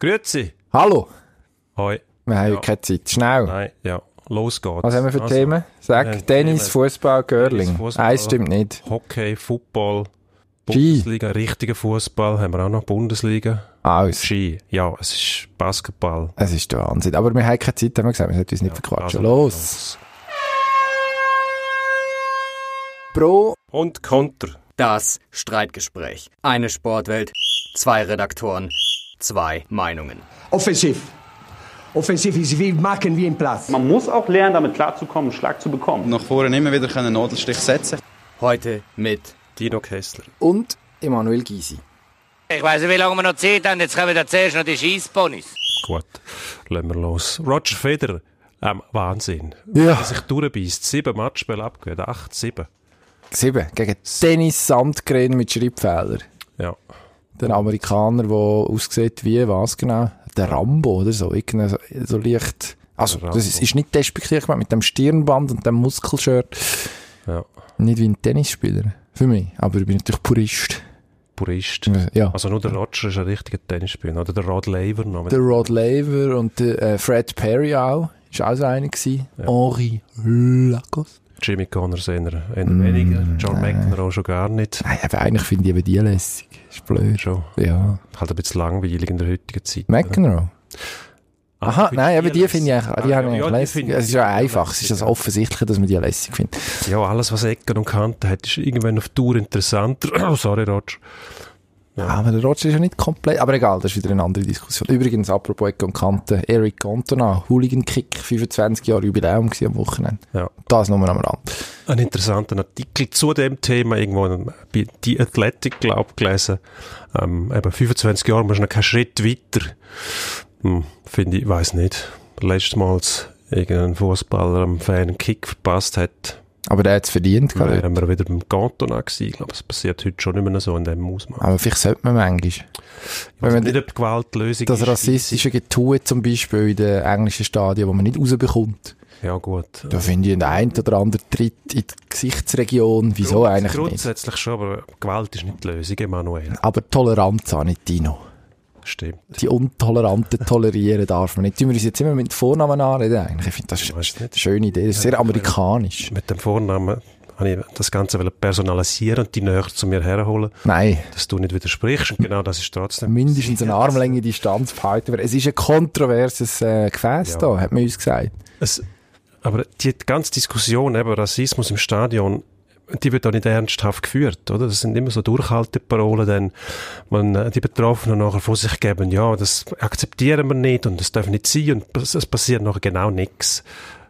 Grüezi. Hallo, Hoi. wir haben Ja. ja. keine Zeit. Schnell. Nein, ja. Los geht's. Was haben wir für Also, Themen? Sag, äh, Tennis, Themen. Fußball, Görling. Tennis, Fußball. Eins stimmt nicht. Hockey, Football, Ski. Bundesliga, richtiger Fußball haben wir auch noch. Bundesliga, Alles. Ski. Ja, es ist Basketball. Also, Es ist der Wahnsinn. Aber wir haben keine Zeit, haben wir gesagt. Wir sollten uns nicht verquatschen. Los. Pro. Und Konter. Das Streitgespräch. Eine Sportwelt, zwei Redaktoren, zwei Meinungen. Offensiv. Offensiv ist wie machen wie im Platz. Man muss auch lernen, damit klarzukommen, einen Schlag zu bekommen. nach vorne immer wieder einen Nadelstich setzen Heute mit Dino Kessler. Und Emanuel Gysi. Ich weiß nicht, wie lange wir noch Zeit haben. Jetzt kommen da zuerst noch die Scheissponys. Gut, lassen wir los. Roger Federer. Ähm, Wahnsinn. Ja. Wie er sich durchbeißt. Sieben Matchspiele abgegeben. Acht, sieben. Sieben. Gegen Dennis Sandgren mit Schreibfehler. Ja. Der Amerikaner, der aussieht wie, was genau? Der Rambo oder so. Irgendein so, so leicht. Also, Der das Rambo. ist, ist nicht despektierlich gemeint, mit dem Stirnband und dem Muskelshirt. Ja. Nicht wie ein Tennisspieler. Für mich. Aber ich bin natürlich Purist. Purist. Ja. Also nur der Roger ist ein richtiger Tennisspieler. Oder der Rod Laver noch. Der Rod Laver und der, äh, Fred Perry auch. Ist auch so einer gewesen. Henri Lacos. Jimmy Connors eher, eher weniger. Mm, äh. John McEnroe schon gar nicht. Nein, aber eigentlich finde ich eben die lässig. Ist blöd. Schon. Ja. Halt ein bisschen langweilig in der heutigen Zeit. McEnroe. Ah, Aha, findest nein, du aber die finde ich lässig? Ah, eigentlich, die habe ich ja, eigentlich die lässig. finde Es ist ja ich einfach. Es ist das lässig, Offensichtliche, dass man die lässig findet. Ja, alles, was Ecken und Kanten hat, ist irgendwann auf Tour interessanter. Oh, sorry, Roger. Ah, Aber der Roger ist ja nicht komplett, aber egal, das ist wieder eine andere Diskussion. Übrigens, apropos Ecke und Kante, Eric Cantona, Hooligan Kick, 25 Jahre Jubiläum gewesen am Wochenende. Ja. Das nochmal am Rand. Einen interessanten Artikel zu dem Thema irgendwo in- bei die Athletic, glaube ich, gelesen. Ähm, eben 25 Jahre, man ist noch keinen Schritt weiter. Hm, finde ich, weiß nicht. Letztes Mal, als irgendein Fußballer am Fan einen Kick verpasst hat, Aber der hat es verdient, Dann gerade. haben wir wieder beim Kanton gewesen. Ich glaube, es passiert heute schon nicht mehr so in dem Ausmaß. Aber vielleicht sollte man manchmal. Wenn man- man nicht ob die Gewaltlösung Das ist, rassistische Getue zum Beispiel in den englischen Stadien, wo man nicht rausbekommt. Ja, gut. Da finde ich den einen oder anderen Tritt in die Gesichtsregion. Wieso eigentlich nicht? Grundsätzlich schon, aber Gewalt ist nicht die Lösung, Emanuel. Aber Toleranz auch nicht, Dino. Stimmt. Die Untoleranten tolerieren darf man nicht. Tun wir uns jetzt immer mit Vornamen anreden eigentlich. Ich finde, das ist Weiss eine nicht. schöne Idee. Das ist sehr amerikanisch. Mit dem Vornamen habe ich das Ganze wollen personalisieren und die näher zu mir herholen, Nein. dass du nicht widersprichst. Und genau das ist trotzdem. mindestens eine Armlänge Distanz behalten werden. Es ist ein kontroverses äh, Gefäß Ja. da, hat man uns gesagt. Es, aber die ganze Diskussion eben Rassismus im Stadion, die wird auch nicht ernsthaft geführt, oder? Das sind immer so Durchhalteparolen, denn wenn äh, die Betroffenen nachher vor sich geben, ja, das akzeptieren wir nicht und das darf nicht sein und es es passiert nachher genau nichts.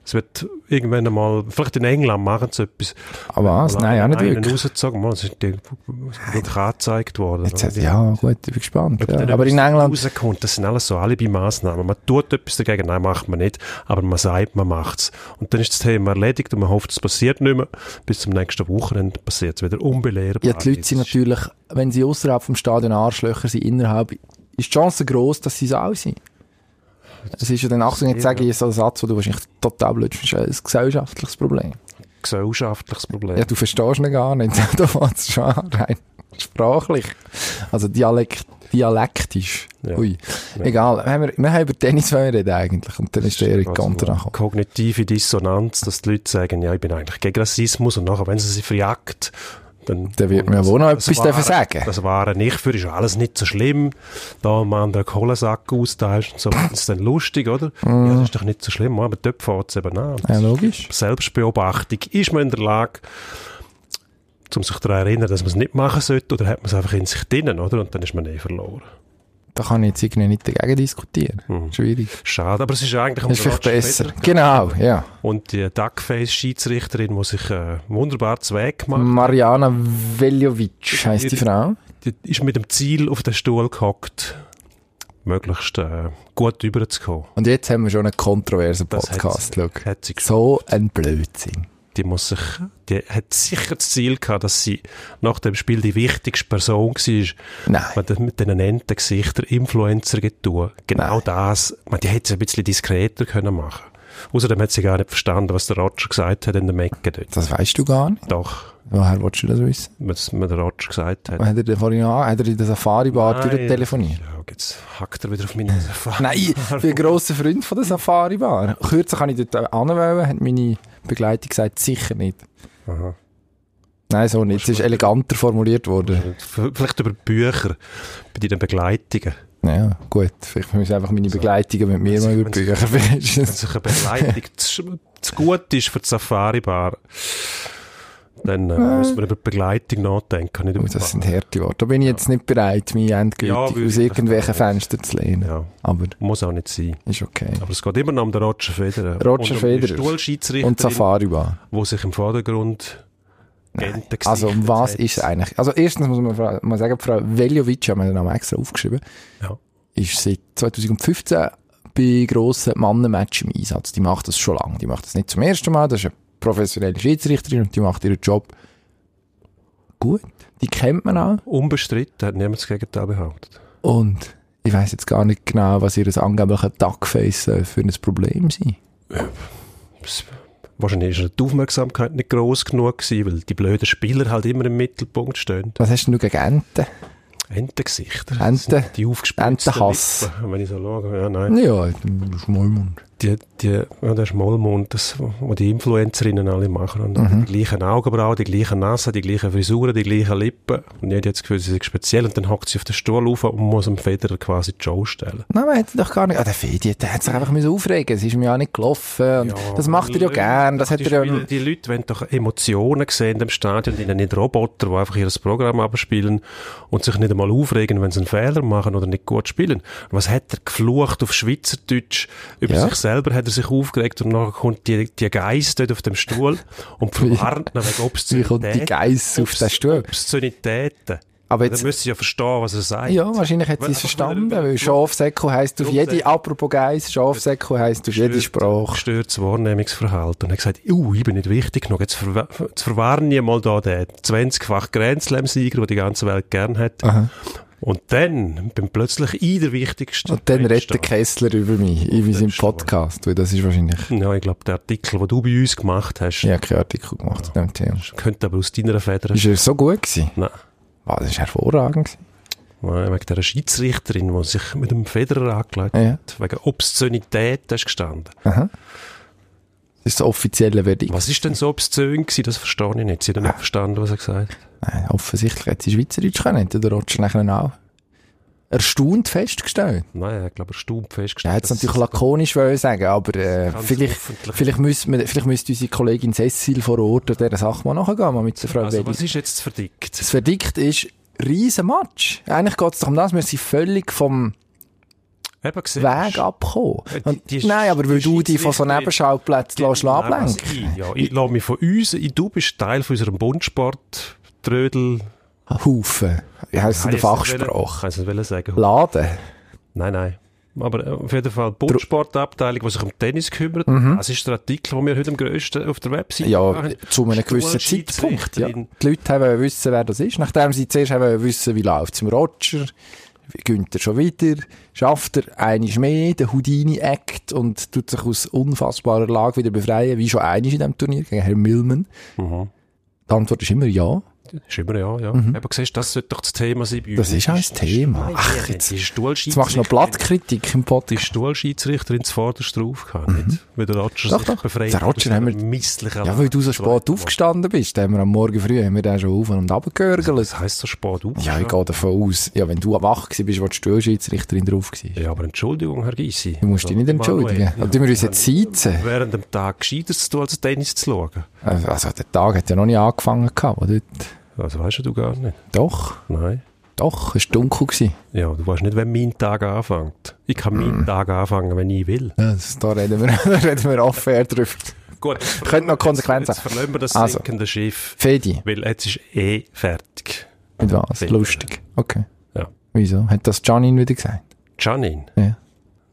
Es wird irgendwann einmal, vielleicht in England machen sie etwas. Aber Ah, was? Nein, auch nicht einen wirklich. rausgezogen, man, es ist die- wirklich angezeigt worden. Jetzt oder? hat, ja, gut, ich bin gespannt. Ob dann Ja. Aber in etwas England, Rauskommt, das sind alles so Alibi-Massnahmen. Man tut etwas dagegen, nein, macht man nicht. Aber man sagt, man macht's. Und dann ist das Thema erledigt und man hofft, es passiert nicht mehr. Bis zum nächsten Wochenende passiert es wieder unbelehrbar. ja, die Leute sind Das ist- natürlich, wenn sie außerhalb vom Stadion Arschlöcher sind, innerhalb, ist die Chance groß, dass sie es auch sind. Es ist ja dann, Achtung, jetzt sage ich so einen Satz, wo du wahrscheinlich total blöd bist, ein gesellschaftliches Problem. gesellschaftliches Problem. Ja, du verstehst ihn gar nicht. da fängt es schon an, rein sprachlich. Also Dialekt, dialektisch. Ja. Ui. Egal. Haben wir, wir haben über Tennis wollen reden eigentlich. Und dann ist der Erik Also, Kanter angekommen. Kognitive Dissonanz, dass die Leute sagen, ja, ich bin eigentlich gegen Rassismus und nachher, wenn sie sich verjagt, dann, Dann wird man ja wohl noch Das etwas Wahre- dürfen sagen. Das war nicht für, ist alles nicht so schlimm. Da mal der Kohlensack austauscht und so, das ist dann lustig, oder? Ja, das ist doch nicht so schlimm, aber dort fängt es eben an. Mhm. Ja, logisch. Selbstbeobachtung, ist man in der Lage, um sich daran zu erinnern, dass man es nicht machen sollte, oder hat man es einfach in sich drinnen, oder? Und dann ist man eh verloren. Da kann ich jetzt irgendwie nicht dagegen diskutieren. Schwierig. Schade, aber es ist eigentlich um Ist vielleicht Hm. Roger besser. Federer Genau, ja. Und die Duckface-Schiedsrichterin, die sich äh, wunderbar zweig macht, Mariana Veljovic heisst die Frau. die ist mit dem Ziel auf den Stuhl gehockt, möglichst äh, gut rüberzukommen. Und jetzt haben wir schon einen kontroversen Das hat Podcast. sie- Schau. hat sie So ein Blödsinn. Die, muss sich, die hat sicher das Ziel gehabt, dass sie nach dem Spiel die wichtigste Person war. Nein. Man hat mit diesen Entengesichtern Influencer getan. Genau das. Man, die hätte es ein bisschen diskreter können machen Außerdem hat sie gar nicht verstanden, was der Roger gesagt hat in der Mecke dort. Das weißt du gar nicht. Doch, Woher willst du das wissen? was mir der Roger gesagt hat. Hat er dir vorhin an, hat er in der Safari-Bar telefoniert? Ja, jetzt hackt er wieder auf meine Erfahrung. Nein, ich bin ein grosser Freund von der Safari Bar. Kürzlich kann ich dort äh, anwählen, hat meine Begleitung gesagt, sicher nicht. Aha. Nein, so nicht. Es ist eleganter formuliert worden. Vielleicht über Bücher, bei deinen Begleitungen. Ja, gut. Vielleicht müssen einfach meine Begleitungen mit mir mal über die Bücher Wenn reden. sich eine Begleitung zu, zu gut ist für die Safari-Bar, dann äh, muss man über die Begleitung nachdenken, nicht über Oh, die Das sind Bar. harte Worte. Da bin ich jetzt nicht bereit, mich endgültig Ja, würde aus ich irgendwelchen verstehen. Fenstern zu lehnen. Ja, Aber muss auch nicht sein. ist okay. Aber es geht immer noch um den Roger Federer. Roger und Um die Federer. Stuhlschiedsrichterin, Und die Safari Bar. wo sich im Vordergrund Gente Also, um gesichtet was hat. ist es eigentlich? Also, erstens muss man fra- mal sagen, Frau Veljovic, haben wir den Namen extra aufgeschrieben, Ja. ist seit 2015 bei grossen Mannenmatchen im Einsatz. Die macht das schon lange. Die macht das nicht zum ersten Mal. Das ist eine professionelle Schiedsrichterin und die macht ihren Job gut. Die kennt man auch. Unbestritten, hat niemand das Gegenteil behauptet. Und ich weiß jetzt gar nicht genau, was ihr angeblicher Duckface äh, für ein Problem sein. Es- Wahrscheinlich war die Aufmerksamkeit nicht gross genug, gewesen, weil die blöden Spieler halt immer im Mittelpunkt stehen. Was hast denn du gegen Enten? Entengesichter. Enten- Das sind Die aufgespritzten Entenhass. Lippen, Wenn ich so schaue, ja, nein. Ja, ein Schmollmund. Die, die, ja, der Schmollmund, das, was die Influencerinnen alle machen. Und Die gleichen Augenbrauen, die gleichen Nase, die gleichen Frisuren, die gleichen Lippen. Und die hat jetzt das Gefühl, sie sind speziell. Und dann hockt sie auf den Stuhl auf und muss dem Federer quasi die Show stellen. Nein, man hätte doch gar nicht. Ah, der Fedi, der hat sich einfach müssen aufregen. Es ist mir ja nicht gelaufen. Und das macht er äh, ja gern. Das hat die, er ja. Spieler, die Leute wollen doch Emotionen sehen im Stadion, die nicht Roboter, die einfach ihr Programm abspielen und sich nicht einmal aufregen, wenn sie einen Fehler machen oder nicht gut spielen. Und was hat er geflucht auf Schweizerdeutsch? Über Ja. sich selber hat er sich aufgeregt und nachher kommt die, die Geist dort auf dem Stuhl und verwarnt ihn wegen Wie kommt Obszönitäten. die Geiss auf den Stuhl? Obszönitäten. Aber Dann jetzt, müssen sie ja verstehen, was er sagt. ja, wahrscheinlich hat sie es verstanden, weil Schafsäckel heisst auf jede, apropos Geiss, Schafsäckel heisst auf jede Sprache. gestörtes Wahrnehmungsverhalten. Und er hat gesagt, uh, ich bin nicht wichtig genug. Jetzt, verwa- jetzt verwarne ich mal da den 20-fach Grand Slam-Sieger, den die ganze Welt gern hat. Und dann bin plötzlich ich der Wichtigste. Und dann redet der Weltstar. Kessler über mich, in seinem Weltstar. Podcast, weil das ist wahrscheinlich, Ja, ich glaube, der Artikel, den du bei uns gemacht hast, ich habe keinen Artikel gemacht zu dem Thema. könnte aber aus deiner Feder... Ist er so gut gewesen? Nein. Wow, das ist hervorragend gewesen. Nein, wegen dieser Schiedsrichterin, die sich mit dem Federer angelegt Ja. hat, wegen Obszönität hast gestanden. Das ist das offizielle Verdikt. Was ist denn so obszön gewesen? Das verstehe ich nicht. Sie hat nicht verstanden, was er gesagt hat. Nein, offensichtlich hätte sie Schweizerdeutsch können, hätte der Roger nachher auch erstaunt festgestellt. Nein, ich glaube, er stumpf festgestellt. Ja, hätte es dass- natürlich lakonisch wollen sagen aber äh, Ganz vielleicht, hoffentlich. vielleicht, müsste man, vielleicht müsste unsere Kollegin Cecil vor Ort an dieser Sache mal nachgehen, mal mit der Frau Also, Welli. was ist jetzt verdickt? Das Verdikt ist, riesen Match. Eigentlich geht es doch um das, wir sind völlig vom Eben gesehen. Weg abgekommen. Ja, die- Und, die ist- nein, aber die weil ist du dich von so Schiedsrichterin. Nebenschauplätzen lässt ablenken. Ja, ich lasse mich von uns, ich- du bist Teil von unserem Bundsport, Trödel. Haufen. Wie heisst in der Fachsprache? Kann ich nicht sagen. Laden. Nein, nein. Aber äh, auf jeden Fall Bundsportabteilung, die sich um Tennis kümmert. Das ist der Artikel, den wir heute am grössten auf der Webseite Mhm. Ja, machen. zu einem gewissen Zeitpunkt. Ja. Stuhlschiedsrichterin. Die Leute wollen wissen, wer das ist. Nachdem sie zuerst wollen wissen, wie läuft es im Roger, wie Günther schon wieder, schafft er einiges mehr, der Houdini-Act und tut sich aus unfassbarer Lage wieder befreien, wie schon einiges in diesem Turnier gegen Herrn Millman. Die Antwort ist immer ja. Ist immer ja, ja. Aber siehst, das sollte doch das Thema sein bei uns. Mhm. Das ist auch ein Thema. Ach, Ach, jetzt ist jetzt machst du noch Blattkritik im die Podcast. Stuhlschiedsrichterin zuvorderst drauf gehabt, nicht? Weil der Roger Mhm. Doch, sich doch. befreit Der Roger aus dieser haben wir- misslichen Ja, weil du so spät aufgestanden bist, haben wir am Morgen früh haben wir den schon auf und runter gegurgelt. Das heisst so spät auf. Ja, ich gehe davon aus. Ja, wenn du wach gewesen bist, wo die Steuerschiedsrichterin drauf war. Ja, aber Entschuldigung, Herr Gysi. Du musst dich nicht entschuldigen. Manuel, Und wir uns jetzt sitzen. Während dem Tag gescheiter zu tun, als Tennis zu schauen. Also, also, der Tag hat ja noch nicht angefangen gehabt, oder? Also weißt du gar nicht. Doch, Nein. doch, es war dunkel. Gewesen. Ja, du weißt nicht, wenn mein Tag anfängt. Ich kann Mhm. meinen Tag anfangen, wenn ich will. Ja, das- Da reden wir, da reden wir off air drüber. Gut. Könnte noch Konsequenzen Jetzt verlassen wir das Also. sinkende Schiff, Fedi, weil jetzt ist eh fertig. mit was? Fedi. Lustig. Okay. Ja. Wieso? Hat das Janine wieder gesagt? Janine. Ja.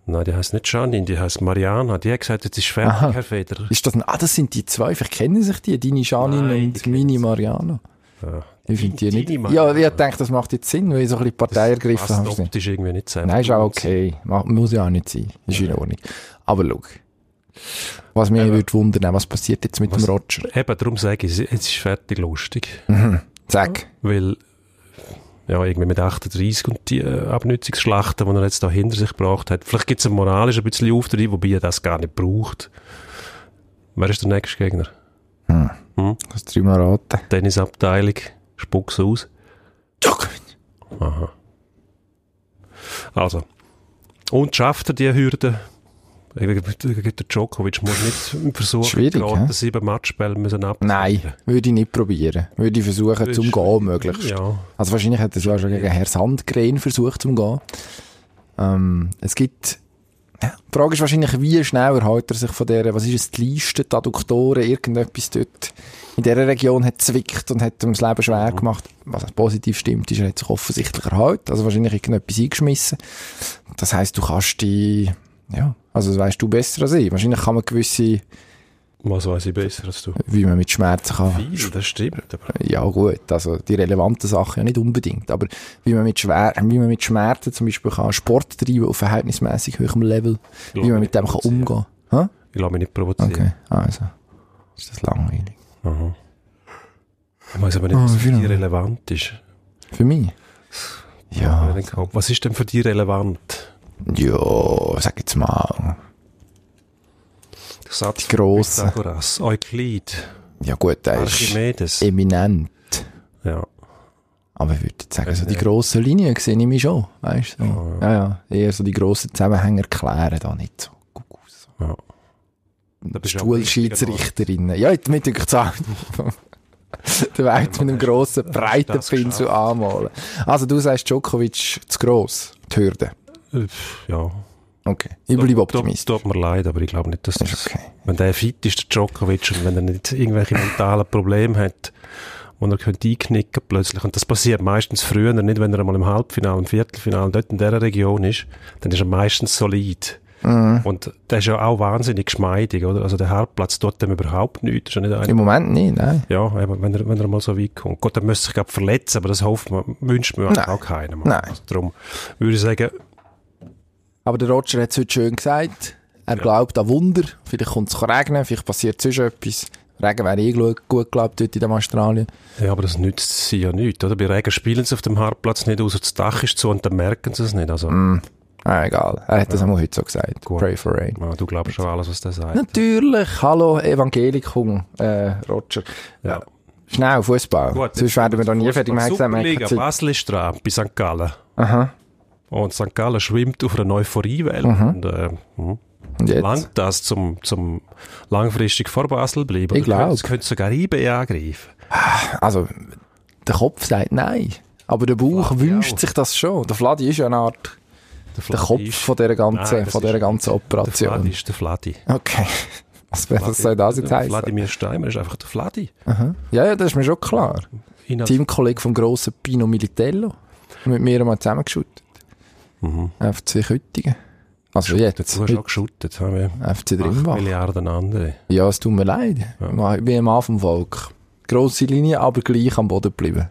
Nein, die heißt nicht Janine, die heißt Mariana. Die hat gesagt, jetzt ist fertig, Aha. Herr Federer. Ist das, ah, das sind die zwei, vielleicht kennen sich die, deine Janine Nein, die und kennen meine sich. Mariana. Ja. Ich finde die Deine nicht. Ja, Mariana. ich denke, das macht jetzt Sinn, weil so ein bisschen Partei ergriffen Passt haben. sie nicht. optisch irgendwie nicht zusammen. Nein, ist auch okay. Ma- Muss ja auch nicht sein. Ist in Ordnung. Aber schau, Was mich würde wundern, was passiert jetzt mit Was- dem Roger? Eben, darum sage ich, jetzt ist fertig lustig. Sag. Weil, ja, irgendwie mit 38 und die äh, Abnützungsschlachten, die er jetzt da hinter sich gebracht hat. Vielleicht gibt es einen moralischen bisschen Auftritt, wobei er das gar nicht braucht. Wer ist der nächste Gegner? Kannst du dreimal raten? Tennisabteilung, spuck's aus. Djokovic. Aha. Also. Und schafft er die Hürde? Gegen gegen den Djokovic muss nicht versuchen, Schwierig, gerade hä? sieben Matchspiele müssen ab. Nein, würde ich nicht probieren. Würde ich versuchen, Ist- zum Gehen möglichst. Ja. Also wahrscheinlich hat er es ja schon gegen Herr Sandgren versucht zum Gehen. Ähm, es gibt... Ja, die Frage ist wahrscheinlich, wie schnell erhält er sich von der, was ist es, die Liste, die Adduktoren, irgendetwas dort in dieser Region hat zwickt und hat ihm das Leben Mhm. schwer gemacht. Was positiv stimmt, ist, er hat sich offensichtlich erhält, also wahrscheinlich irgendetwas eingeschmissen. Das heisst, du kannst die, ja, also das weisst du besser als ich. Wahrscheinlich kann man gewisse, Was weiß ich besser als du? wie man mit Schmerzen kann Viel, das stimmt. Aber ja, gut, also die relevanten Sachen ja nicht unbedingt, aber wie man mit, Schwer wie man mit Schmerzen zum Beispiel kann Sport treiben auf verhältnismäßig hohem Level, Ja, wie man nicht mit dem kann provozieren. umgehen kann. ich lasse mich nicht provozieren. Okay, also. Ist das langweilig? Aha. Ich weiß aber nicht, was Ah, für dich genau. relevant ist. Für mich? Ja, Was ist denn für dich relevant? ja, sag jetzt mal. Der Satz Die Grossen. von Pythagoras, Euklid, Ja gut, der ist Archimedes. eminent. Ja. Aber ich würde jetzt sagen, so die grossen Linien sehe ich mich schon, weißt du? So. Ja, ja, eher so die grossen Zusammenhänge erklären da nicht so. Guck aus. ja. Da bist du auch genau. Stuhlschiedsrichterinnen. Ja, jetzt mit euch zahlt. Der Welt mit einem grossen, breiten das geschafft. Pinsel anmalen. Also, du sagst, Djokovic zu gross, die Hürde. Äh, Ja. Okay. Ich bleibe Tut, Optimist. tut mir leid, aber ich glaube nicht, dass das... Ist okay. Wenn der fit ist, der Djokovic, und wenn er nicht irgendwelche mentalen Probleme hat, wo er könnte einknicken plötzlich, und das passiert meistens früher, nicht wenn er einmal im Halbfinale, im Viertelfinale dort in dieser Region ist, dann ist er meistens solid. Mhm. Und der ist ja auch wahnsinnig geschmeidig, oder? Also der Hartplatz tut dem überhaupt nichts. Ist ja nicht einer, Im Moment nicht, nein. ja, eben, wenn er, wenn er mal so weit kommt. Gott, er müsste sich gerade verletzen, aber das hofft man, wünscht man Nein. auch keinem. Nein. Also darum würde ich sagen, Aber der Roger hat es heute schön gesagt. Er glaubt an Wunder. Vielleicht kommt es regnen, vielleicht passiert sonst etwas. Regen wäre eh glu- gut geglaubt dort in dem Australien. Ja, aber das nützt sie ja nicht, oder? Bei Regen spielen sie auf dem Hartplatz nicht, außer das Dach ist zu und dann merken sie es nicht. Also, Ah, egal. Er hat das einmal heute so gesagt. Gut. Pray for rain. ja, du glaubst schon alles, was der sagt. Natürlich. Hallo, Evangelikum, äh, Roger. Eh, Ja. Schnell, Fußball. Sonst werden wir da nie fertig. Wir haben gesagt, wir haben keine Superliga, Zeit. Basel ist dran, bei St. Gallen. Und St. Gallen schwimmt auf einer Euphoriewelle. Mhm. Und, äh, hm. Und jetzt? Langt das zum, zum langfristig vor Basel bleiben? Ich glaub. Es könnte sogar IB angreifen. Also, der Kopf sagt nein. Aber der Bauch wünscht sich das schon. Der Vladi ist ja eine Art der Vladi Kopf ist- von dieser ganzen, Nein, das von dieser ist- ganzen Der Vladi Operation. ist der Vladi. Okay. Was, was soll das jetzt Der heißen? Vladimir Steimer ist einfach der Vladi. Ja, ja, das ist mir schon klar. Ihn als- Teamkollege vom grossen Pino Militello. Mit mir einmal zusammengeschaut. Mhm. FC Küttingen. Also jetzt, Du hast auch geschüttet. haben wir FC acht Drimbach. Milliarden andere. Ja, es tut mir leid. Ich bin im Mann vom Volk. Grosse Linie, aber gleich am Boden bleiben.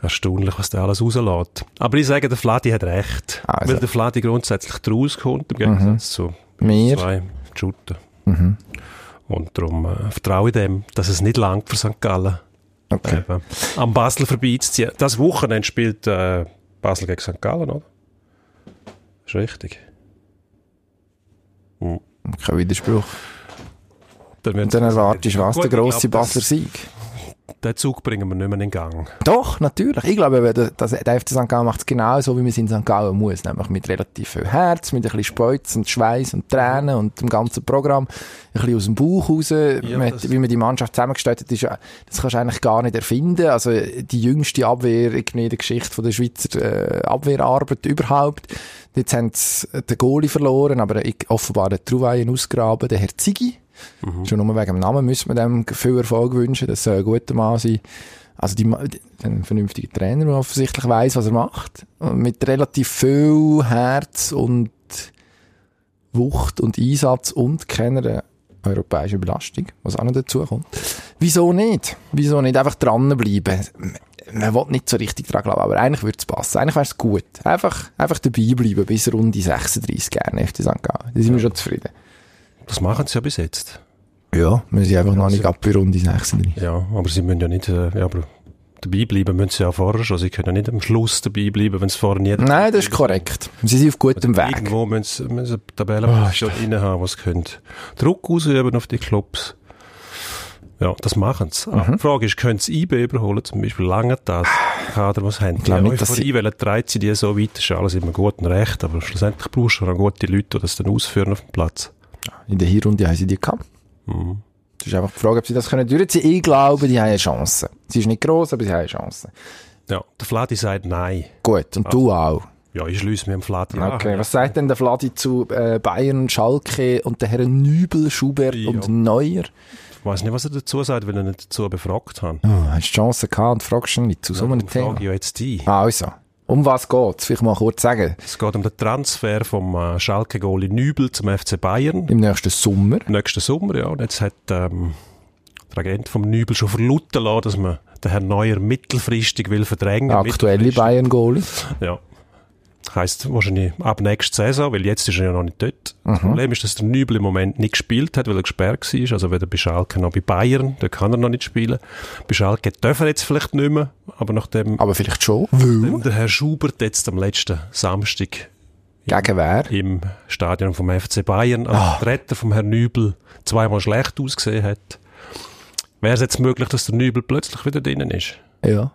Erstaunlich, was der alles rauslässt. Aber ich sage, der Vladi hat recht. Also. Mhm. Weil der Vladi grundsätzlich draus kommt, im Gegensatz zu Mir, Mhm. zwei Shooter. Und darum äh, vertraue ich dem, dass es nicht lang für St. Gallen okay. eben, am Basel vorbeizuziehen. Das Wochenende spielt äh, Basel gegen St. Gallen, oder? Ist richtig. Kein Widerspruch. Dann wird- Und dann erwartest du was, Gut, der ich grosse glaub, das- Basler Sieg. Den Zug bringen wir nicht mehr in Gang. Doch, natürlich. Ich glaube, eben, der- das, der FC St. Gallen macht es genau so, wie man es in St. Gallen muss. Nämlich mit relativ viel Herz, mit ein bisschen Speuz und Schweiß und Tränen und dem ganzen Programm. Ein bisschen aus dem Bauch raus. Man hat- das- wie man die Mannschaft zusammengestellt hat, ist, ja- das kannst du eigentlich gar nicht erfinden. Also die jüngste Abwehr irgendwie in der Geschichte von der Schweizer äh, Abwehrarbeit überhaupt. Jetzt haben sie den Goalie verloren, aber ich- offenbar den Trouvayen ausgraben, den Herzigi. Schon nur wegen dem Namen müssen wir dem viel Erfolg wünschen. Das soll ein guter Mann sein. Also die, Ma- die- ein vernünftiger Trainer, der offensichtlich weiß, was er macht. Und mit relativ viel Herz und Wucht und Einsatz und keiner europäischen Belastung, was auch noch dazu kommt. Wieso nicht? Wieso nicht einfach dranbleiben? M- Man will nicht so richtig dran glauben, aber eigentlich würde es passen. Eigentlich wäre es gut. Einfach, einfach dabei bleiben bis Runde 36 gerne, FC St. Gallen. Da sind wir schon zufrieden. Das machen sie ja bis jetzt. Ja, wir sind einfach noch nicht ab bei Runde 36. Ja, aber sie müssen ja nicht äh, ja, aber dabei bleiben, müssen sie ja vorher schon. Sie können ja nicht am Schluss dabei bleiben, wenn es vorher nie... Nein, das ist korrekt. Sie sind auf Also gutem Weg. Irgendwo müssen sie, müssen sie eine Tabellenposition Oh, rein haben, was sie können. Druck ausüben auf die Clubs. Ja, das machen sie. Aber Mhm. Die Frage ist, können sie IB überholen? Zum Beispiel lange das Kader, was haben die? Ich glaube nicht, dass vor sie- IB treibt sie die so weit, ist alles immer gut und recht, aber schlussendlich brauchst du auch gute Leute, die das dann ausführen auf dem Platz. In der Hinrunde haben sie die gehabt. Mhm. Es ist einfach die Frage, ob sie das können durchziehen können. Ich glaube, die haben eine Chance. Sie ist nicht gross, aber sie haben eine Chance. Ja, der Fladi sagt nein. Gut, und du Also. auch. Ja, ich schließe mir am Fladi an. Okay, was sagt denn der Vladi zu äh, Bayern, Schalke und den Herren Nübel, Schubert Ja. und Neuer? Ich weiß nicht, was er dazu sagt, weil er nicht dazu befragt haben. Oh, hast du Chancen gehabt und fragst ihn nicht zu so einem Darum Thema? frage ich ja jetzt die. Ah, also. Um was geht's? Vielleicht mal kurz sagen. Es geht um den Transfer vom äh, Schalke-Goalie Nübel zum FC Bayern. Im nächsten Sommer. Nächsten Sommer, ja. Und jetzt hat ähm, der Agent vom Nübel schon verlauten lassen, dass man den Herrn Neuer mittelfristig will verdrängen. Der aktuelle Mittelfristig. Bayern-Goalie. Ja. Heißt wahrscheinlich ab nächster Saison, weil jetzt ist er ja noch nicht dort. Das Problem ist, dass der Nübel im Moment nicht gespielt hat, weil er gesperrt war. Also weder bei Schalke noch bei Bayern. Da kann er noch nicht spielen. Bei Schalke darf er jetzt vielleicht nicht mehr. Aber nachdem Aber vielleicht schon. Weil? nachdem der Herr Schubert jetzt am letzten Samstag Gegen wer? im Stadion vom FC Bayern als Vertreter vom Herrn Nübel zweimal schlecht ausgesehen hat, wäre es jetzt möglich, dass der Nübel plötzlich wieder drinnen ist. Ja.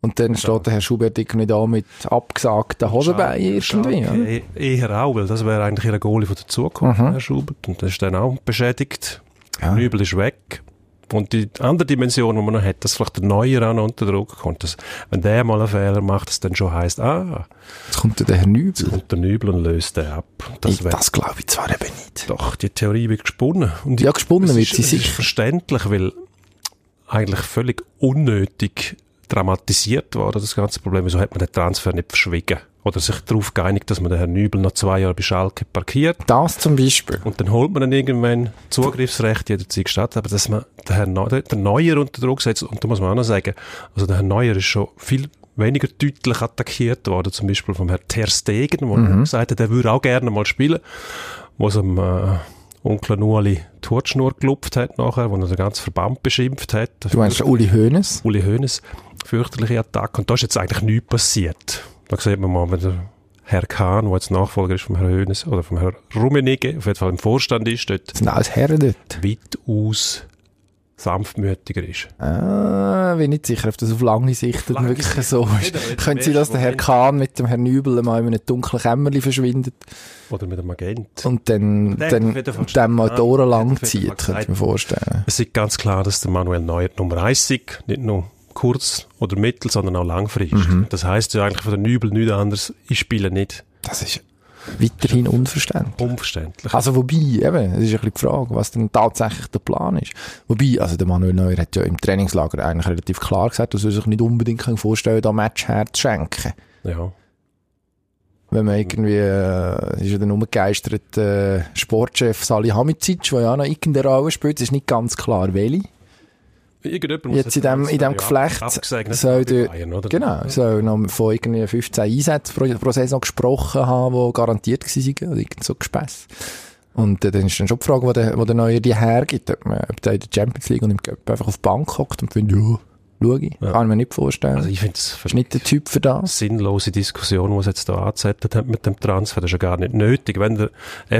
Und dann steht der Herr Schubert irgendwie da mit abgesagten Hosenbeinen irgendwie. Schalke oder? eh- Eher auch, weil das wäre eigentlich ihre Goalie von der Zukunft, Herr Schubert. Und das ist dann auch beschädigt. Nübel ist weg. Und die andere Dimension, die man noch hat, dass vielleicht der Neuer auch noch unter Druck kommt. Dass, wenn der mal einen Fehler macht, das dann schon heisst, ah, Jetzt kommt der Herr Nübel. und der Nübel und löst den ab. Das, Das wäre das glaube ich zwar eben nicht. doch die Theorie wird gesponnen. Und Ja, gesponnen es wird ist- sie Es ist sicher. verständlich, weil eigentlich völlig unnötig dramatisiert wurde, das ganze Problem. Wieso hat man den Transfer nicht verschwiegen? Oder sich darauf geeinigt, dass man den Herrn Nübel noch zwei Jahre bei Schalke parkiert Das zum Beispiel. und dann holt man dann irgendwann Zugriffsrecht jederzeit statt. Aber dass man den Herrn Neu den Neuer unter Druck setzt, und da muss man auch noch sagen, also der Herr Neuer ist schon viel weniger deutlich attackiert worden, zum Beispiel vom Herrn Ter Stegen, wo Mhm. er gesagt hat, er würde auch gerne mal spielen, was am äh, Onkel Nuali die Hutschnur gelupft hat nachher, wo er den ganzen Verband beschimpft hat. Du meinst den Uli Hoeneß? Uli Hoeneß fürchterliche Attacke und da ist jetzt eigentlich nichts passiert. Da sieht man mal, wenn der Herr Kahn, der jetzt Nachfolger ist vom Herrn Hoeneß oder vom Herrn Rummenigge, auf jeden Fall im Vorstand ist, dort Das sind alles Herren dort. weitaus sanftmütiger ist. Ah, bin nicht sicher, ob das auf lange Sicht dann lange wirklich Sicht. so ist. Nicht, aber jetzt im Könnte sein, dass ersten der Herr Moment- Kahn mit dem Herrn Nübel mal in einem dunklen Kämmerli verschwindet Oder mit einem Agent. und dann, Der dann, hat wieder verstanden. dann mal die Ohren Der hat lang wieder zieht, könnte ich mir gesagt. vorstellen. Es ist ganz klar, dass der Manuel Neuer die Nummer 1 ist, nicht nur kurz oder mittel, sondern auch langfristig. Mhm. Das heißt ja eigentlich von den Nübel nichts anderes, ich spiele nicht. Das ist weiterhin unverständlich. Unverständlich. Also wobei, eben, es ist ein bisschen die Frage, was denn tatsächlich der Plan ist. Wobei, also der Manuel Neuer hat ja im Trainingslager eigentlich relativ klar gesagt, dass er sich nicht unbedingt können vorstellen kann, da Match herzuschenken. Ja. Wenn man irgendwie, äh, es ist ja der umgegeistert äh, Sportchef Salih Hamicic, der ja auch noch irgendeine Rolle spielt, es ist nicht ganz klar, welche. Irgendjemand muss Jetzt in den dem, in dem Transfer ja Geflecht abgesegnet soll haben bei der, Bayern, oder? genau, soll noch von irgendwie 15 Einsätzen pro, pro Saison gesprochen haben, die garantiert gewesen sind, oder irgend so Gespäss. Und äh, dann ist dann schon die Frage, wo der, wo der Neue die hergibt, ob, man, ob der in der Champions League und im Cup einfach auf die Bank hockt und findet, ja, schau ich, kann ich mir nicht vorstellen. Also ich finde es ist nicht der Typ für das. sinnlose Diskussion, die es jetzt hier angezettelt hat mit dem Transfer, das ist ja gar nicht nötig. Wenn der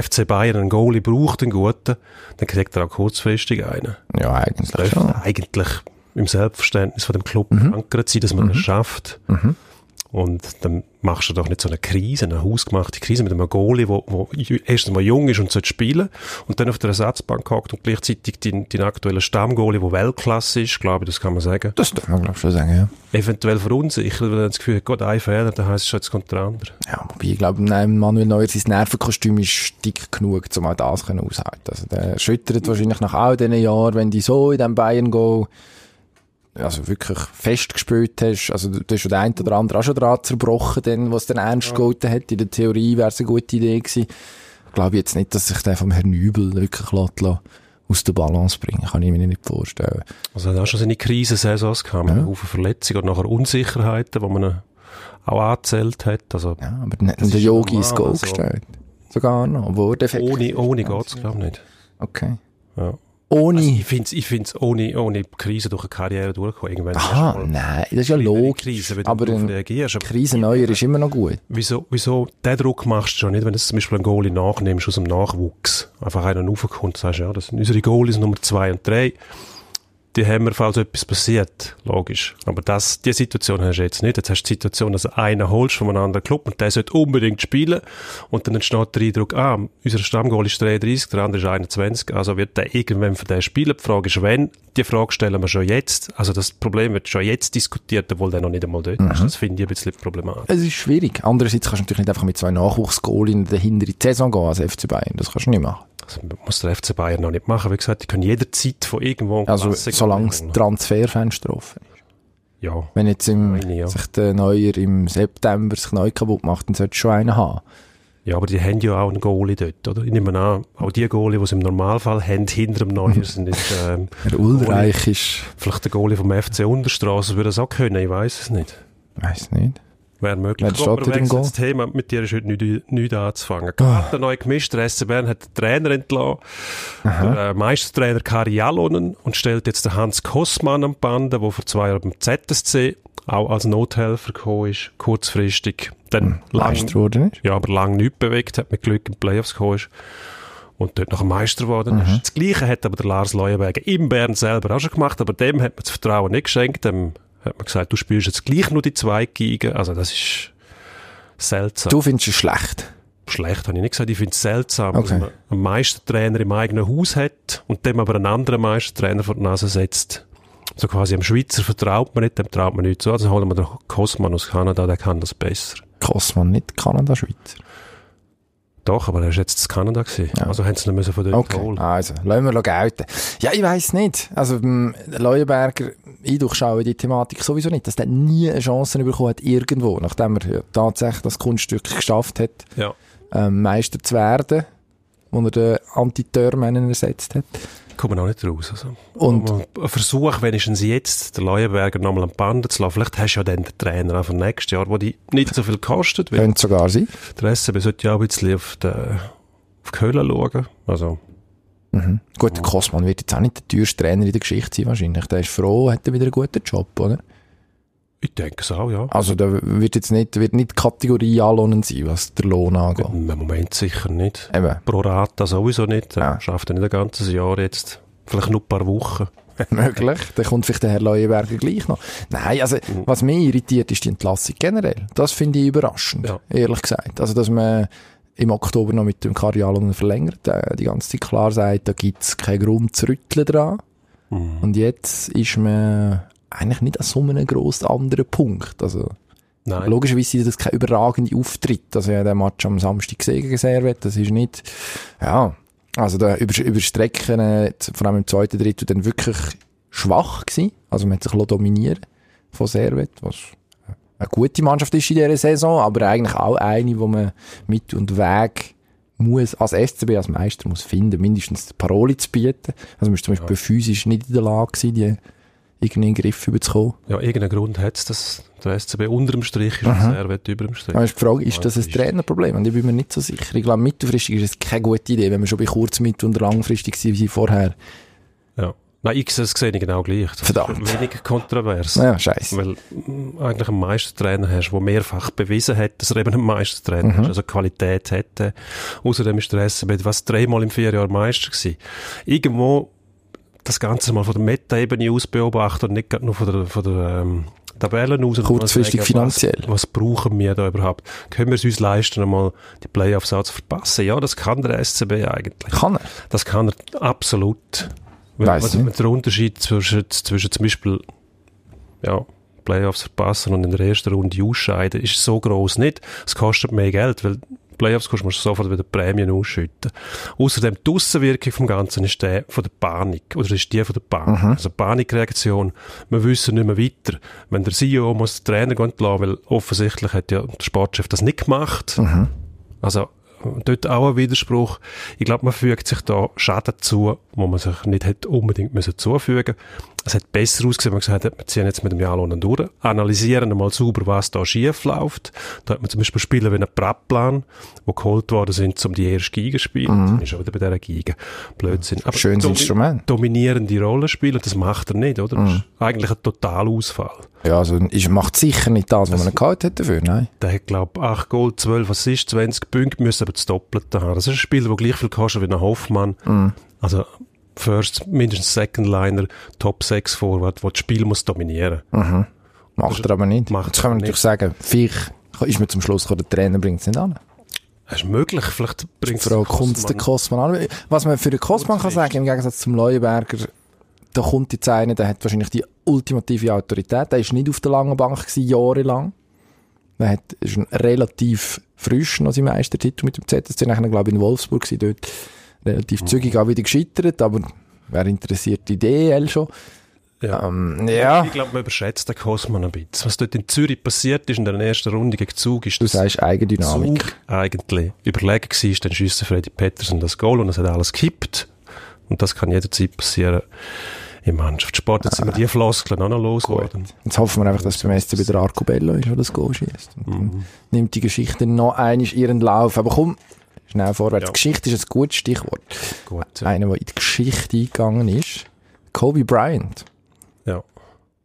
FC Bayern einen Goalie braucht, einen guten, dann kriegt er auch kurzfristig einen. Ja, eigentlich Läuft schon. eigentlich im Selbstverständnis von dem Club verankert sein, dass man das schafft. Und dann machst du doch nicht so eine Krise, eine hausgemachte Krise mit einem Goalie, der erstens mal jung ist und sollte spielen und dann auf der Ersatzbank hockt und gleichzeitig dein, dein aktueller Stammgoalie, der Weltklasse ist, glaube ich, das kann man sagen, Das darf man, glaube ich, schon sagen, ja. eventuell verunsichert, weil er das Gefühl hat, Gott, ein Fehler, dann heisst es schon, jetzt kommt der andere. Ja, wobei, ich glaube, nein, Manuel Neuer, sein Nervenkostüm ist dick genug, um auch das können aushalten. Also, der schüttert wahrscheinlich nach all diesen Jahren, wenn die so in diesem Bayern go also wirklich fest gespielt hast, also du du hast schon den einen oder anderen auch schon dran zerbrochen, denn, was dann ernst gehalten hat, in der Theorie wäre es eine gute Idee gewesen. Ich glaube jetzt nicht, dass sich der vom Herrn Nübel wirklich lässt, lässt aus der Balance bringen, kann ich mir nicht vorstellen. Also er hat auch schon seine Krisensaisons gehabt, mit ja. Haufen Verletzungen und nachher Unsicherheiten, die man ihn auch angezählt hat. Also Ja, aber dann hat ihm der Yogi ins normal, Goal also- gestellt. Sogar noch, obwohl der ohne, ohne geht es, glaube ich, nicht. Okay. Ja. Also, Ohne. Ich finde es ich find's ohne, ohne Krise durch eine Karriere durchgekommen. Irgendwann hast du Aha, mal Ah, nein, das ist ja kleinere logisch. Krise, wenn aber du darauf ein reagierst. Aber Krisenneuer ist immer noch gut. wieso, wieso den Druck machst du schon nicht, wenn du zum Beispiel einen Goalie nachnimmst aus dem Nachwuchs? Einfach einen raufkommt und sagst, ja, das sind unsere Goalies Nummer 2 und 3. Die haben wir, falls etwas passiert, logisch. Aber das, die Situation hast du jetzt nicht. Jetzt hast du die Situation, dass du einen holst von einem anderen Club und der sollte unbedingt spielen. Und dann entsteht der Eindruck, ah, unser Stammgoal ist 33, der andere ist 21, also wird der irgendwann für den spielen. Die Frage ist, wenn? Die Frage stellen wir schon jetzt. Also das Problem wird schon jetzt diskutiert, obwohl der noch nicht einmal dort ist. Das finde ich ein bisschen problematisch. Es ist schwierig. Andererseits kannst du natürlich nicht einfach mit zwei Nachwuchsgoals in der hinteren Saison gehen als FC Bayern. Das kannst du nicht machen. Das muss der FC Bayern noch nicht machen. Wie gesagt, die können jederzeit von irgendwo Also, Klasse- solange das Transferfenster offen ist. Ja. Wenn jetzt im, Meine, ja. sich der Neuer im September sich neu kaputt macht, dann solltest du schon einen haben. Ja, aber die haben ja auch einen Goalie dort, oder? Ich nehme an, auch die Goalie, die es im Normalfall haben, hinter dem Neuer sind nicht, ähm, Der Ulreich ist, vielleicht der Goalie vom FC Unterstraße würde das auch können, ich weiß es nicht. weiß nicht. Wäre möglich. Wer steht dort im Goal? das Thema, mit dir ist heute nichts nicht anzufangen. Gerade der neue gemischt, der SC Bern hat den Trainer entlassen, der äh, Meistertrainer Kari Jalonen und stellt jetzt den Hans Kossmann am Bande, der vor zwei Jahren beim ZSC auch als Nothelfer gekommen ist, kurzfristig. Dann lang, Meister wurde nicht. ja, aber lange nichts bewegt hat, mit Glück in die Playoffs gekommen ist und dort noch ein Meister geworden Mhm. ist. Das Gleiche hat aber der Lars Leuenberger im Bern selber auch schon gemacht, aber dem hat man das Vertrauen nicht geschenkt. Dem hat man gesagt, du spielst jetzt gleich nur die zwei Gigen. Also das ist seltsam. Du findest es schlecht. Schlecht habe ich nicht gesagt, ich finde es seltsam, Okay. dass man einen Meistertrainer im eigenen Haus hat und dem aber einen anderen Meistertrainer vor die Nase setzt. So quasi am Schweizer vertraut man nicht, dem traut man nicht zu. Also holen wir den Kosman aus Kanada, der kann das besser. Kosman, nicht Kanada-Schweizer. Doch, aber er war jetzt in Kanada. Gewesen. Also haben sie ihn müssen von dort Okay, holen. also, lassen wir gelten. Ja, ich weiss nicht. Also, beim Leuenberger, ich durchschaue die Thematik sowieso nicht, dass der nie eine Chance bekommen hat, irgendwo, nachdem er ja tatsächlich das Kunststück geschafft hat, Ja. ähm, Meister zu werden, wo er den Anti-Törmännen ersetzt hat. Kommen auch nicht raus. Also. Und- Aber ein Versuch, wenigstens jetzt, den Leuenberger nochmal an die Bande zu lassen. Vielleicht hast du ja dann den Trainer auch für nächstes Jahr, wo die nicht so viel kostet. Weil Könnte sogar sein. der SCB sollte ja auch ein bisschen auf die, auf die Höhle schauen. Also, Gut, der Kosman wird jetzt auch nicht der teuerste Trainer in der Geschichte sein, wahrscheinlich. Der ist froh, hat er wieder einen guten Job, oder? ich denke es auch, ja. Also, da wird jetzt nicht, wird nicht die Kategorie anlohnen sein, was der Lohn angeht. Im Moment sicher nicht. Eben, Pro Rata sowieso nicht. Er Ja. schafft er nicht ein ganzes Jahr jetzt. Vielleicht nur ein paar Wochen. möglich. Dann kommt vielleicht der Herr Leuenberger gleich noch. Nein, also, was mich irritiert, ist die Entlassung generell. Das finde ich überraschend, Ja. ehrlich gesagt. Also, dass man im Oktober noch mit dem Karialon verlängert, äh, die ganze Zeit klar sagt, da gibt es keinen Grund zu rütteln dran. Und jetzt ist man eigentlich nicht an so einem grossen anderen Punkt. Also, Nein. Logischerweise sind das keine überragende Auftritte. Also, ich habe den Match am Samstag gesehen gegen Servet. Das ist nicht, ja. Also, da über, über Strecken, äh, z- vor allem im zweiten Drittel, dann wirklich schwach gewesen. Also, man hat sich lassen dominieren von Servet, was eine gute Mannschaft ist in dieser Saison, aber eigentlich auch eine, wo man mit und weg muss, als SCB, als Meister muss finden, mindestens die Parole zu bieten. Also, man ist zum Beispiel physisch nicht in der Lage gewesen, die irgendwie in den Griff überzukommen. Ja, irgendeinen Grund hat es, dass der SCB unter dem Strich ist und Mhm. Servet über dem Strich. Aber ist die Frage, ist Ah, das ein Trainerproblem? Und ich bin mir nicht so sicher. Ich glaube, mittelfristig ist es keine gute Idee, wenn wir schon bei kurz-, mittel- und langfristig sind wie vorher. Ja. Nein, ich sehe es sehe ich genau gleich. Das ist Verdammt. Wenig kontrovers. Ja, scheiße. Weil mh, eigentlich einen Meistertrainer hast, der mehrfach bewiesen hat, dass er eben ein Meistertrainer Mhm. ist, also Qualität hätte. Außerdem ist der SCB was dreimal im Vierjahr Meister gewesen. Irgendwo das Ganze mal von der Meta-Ebene aus beobachten und nicht gerade nur von der, von der ähm, Tabellen aus. und Kurzfristig mal finanziell. Was, was brauchen wir da überhaupt? Können wir es uns leisten, einmal die Playoffs auch zu verpassen? Ja, das kann der SCB eigentlich. Kann er? Das kann er absolut. Weiss also, Der Unterschied zwischen, zwischen zum Beispiel ja, Playoffs verpassen und in der ersten Runde ausscheiden ist so groß nicht. Es kostet mehr Geld, weil Playoffs kannst du sofort wieder Prämien ausschütten. Außerdem die Aussenwirkung vom Ganzen ist die von der Panik oder ist die von der Panik. Also Panikreaktion. Wir wissen nicht mehr weiter. Wenn der CEO muss den Trainer gehen lassen, weil offensichtlich hat ja der Sportchef das nicht gemacht. Also äh, dort auch ein Widerspruch. Ich glaube, man fügt sich da Schaden zu, wo man sich nicht hätte unbedingt müssen zufügen Es hat besser ausgesehen, wenn man gesagt hat, wir ziehen jetzt mit dem Jalonen durch, analysieren einmal sauber, was da schief läuft. Da hat man zum Beispiel Spieler wie einen Praplan, die geholt worden sind, um die erste Giga zu spielen. Dann ist er wieder bei dieser Giga. Blödsinn. Aber Mhm. Schönes domi- Instrument. Mhm. Dominierende Rolle spielen, und das macht er nicht, oder? Das ist eigentlich ein Totalausfall. Ja, also ist, macht sicher nicht das, was man gehalten hat dafür, nein. Der hat, glaub 8 Goal, 12 Assists, 20 Punkte, müssen aber das Doppelte haben. Das ist ein Spieler, der gleich viel kostet wie ein Hoffmann. Mm. Also First, mindestens Second Liner, Top 6 Forward, wo das Spiel muss dominieren. Mm. Macht er aber nicht. macht Jetzt kann man er natürlich sagen, vielleicht ist mir zum Schluss gekommen, der Trainer bringt es nicht an. Das ist möglich, vielleicht bringt Frau ne? Kunst der Kostmann an. Was man für den Kostmann kann sagen, im Gegensatz zum Leuenberger, da kommt jetzt einer, der hat wahrscheinlich die ultimative Autorität. Der ist nicht auf der langen Bank gewesen, jahrelang. Der hat, ist ein relativ frisch noch sein Meistertitel mit dem ZSC, nachher glaube ich in Wolfsburg gewesen, dort Mhm. relativ zügig auch wieder gescheitert, aber wer interessiert die DEL schon? Ja. Ähm, ja. Ich glaube, man überschätzt den Kosman ein bisschen. Was dort in Zürich passiert ist in der ersten Runde gegen Zug, ist Du das sagst Eigendynamik. Zug eigentlich überlegen war, dann schießt Freddy Petersen das Goal und es hat alles gekippt. Und das kann jederzeit passieren im Mannschaftssport. Jetzt sind Ah. wir die Floskeln auch noch losgeworden. Jetzt hoffen wir einfach, dass beim SCB der Arco Bello ist, der das Goal schießt. Und Mhm. dann nimmt die Geschichte noch einmal ihren Lauf. Aber komm, schnell vorwärts. Ja. Geschichte ist ein gutes Stichwort. Gut, ja. Einer, der in die Geschichte eingegangen ist, Kobe Bryant, ja.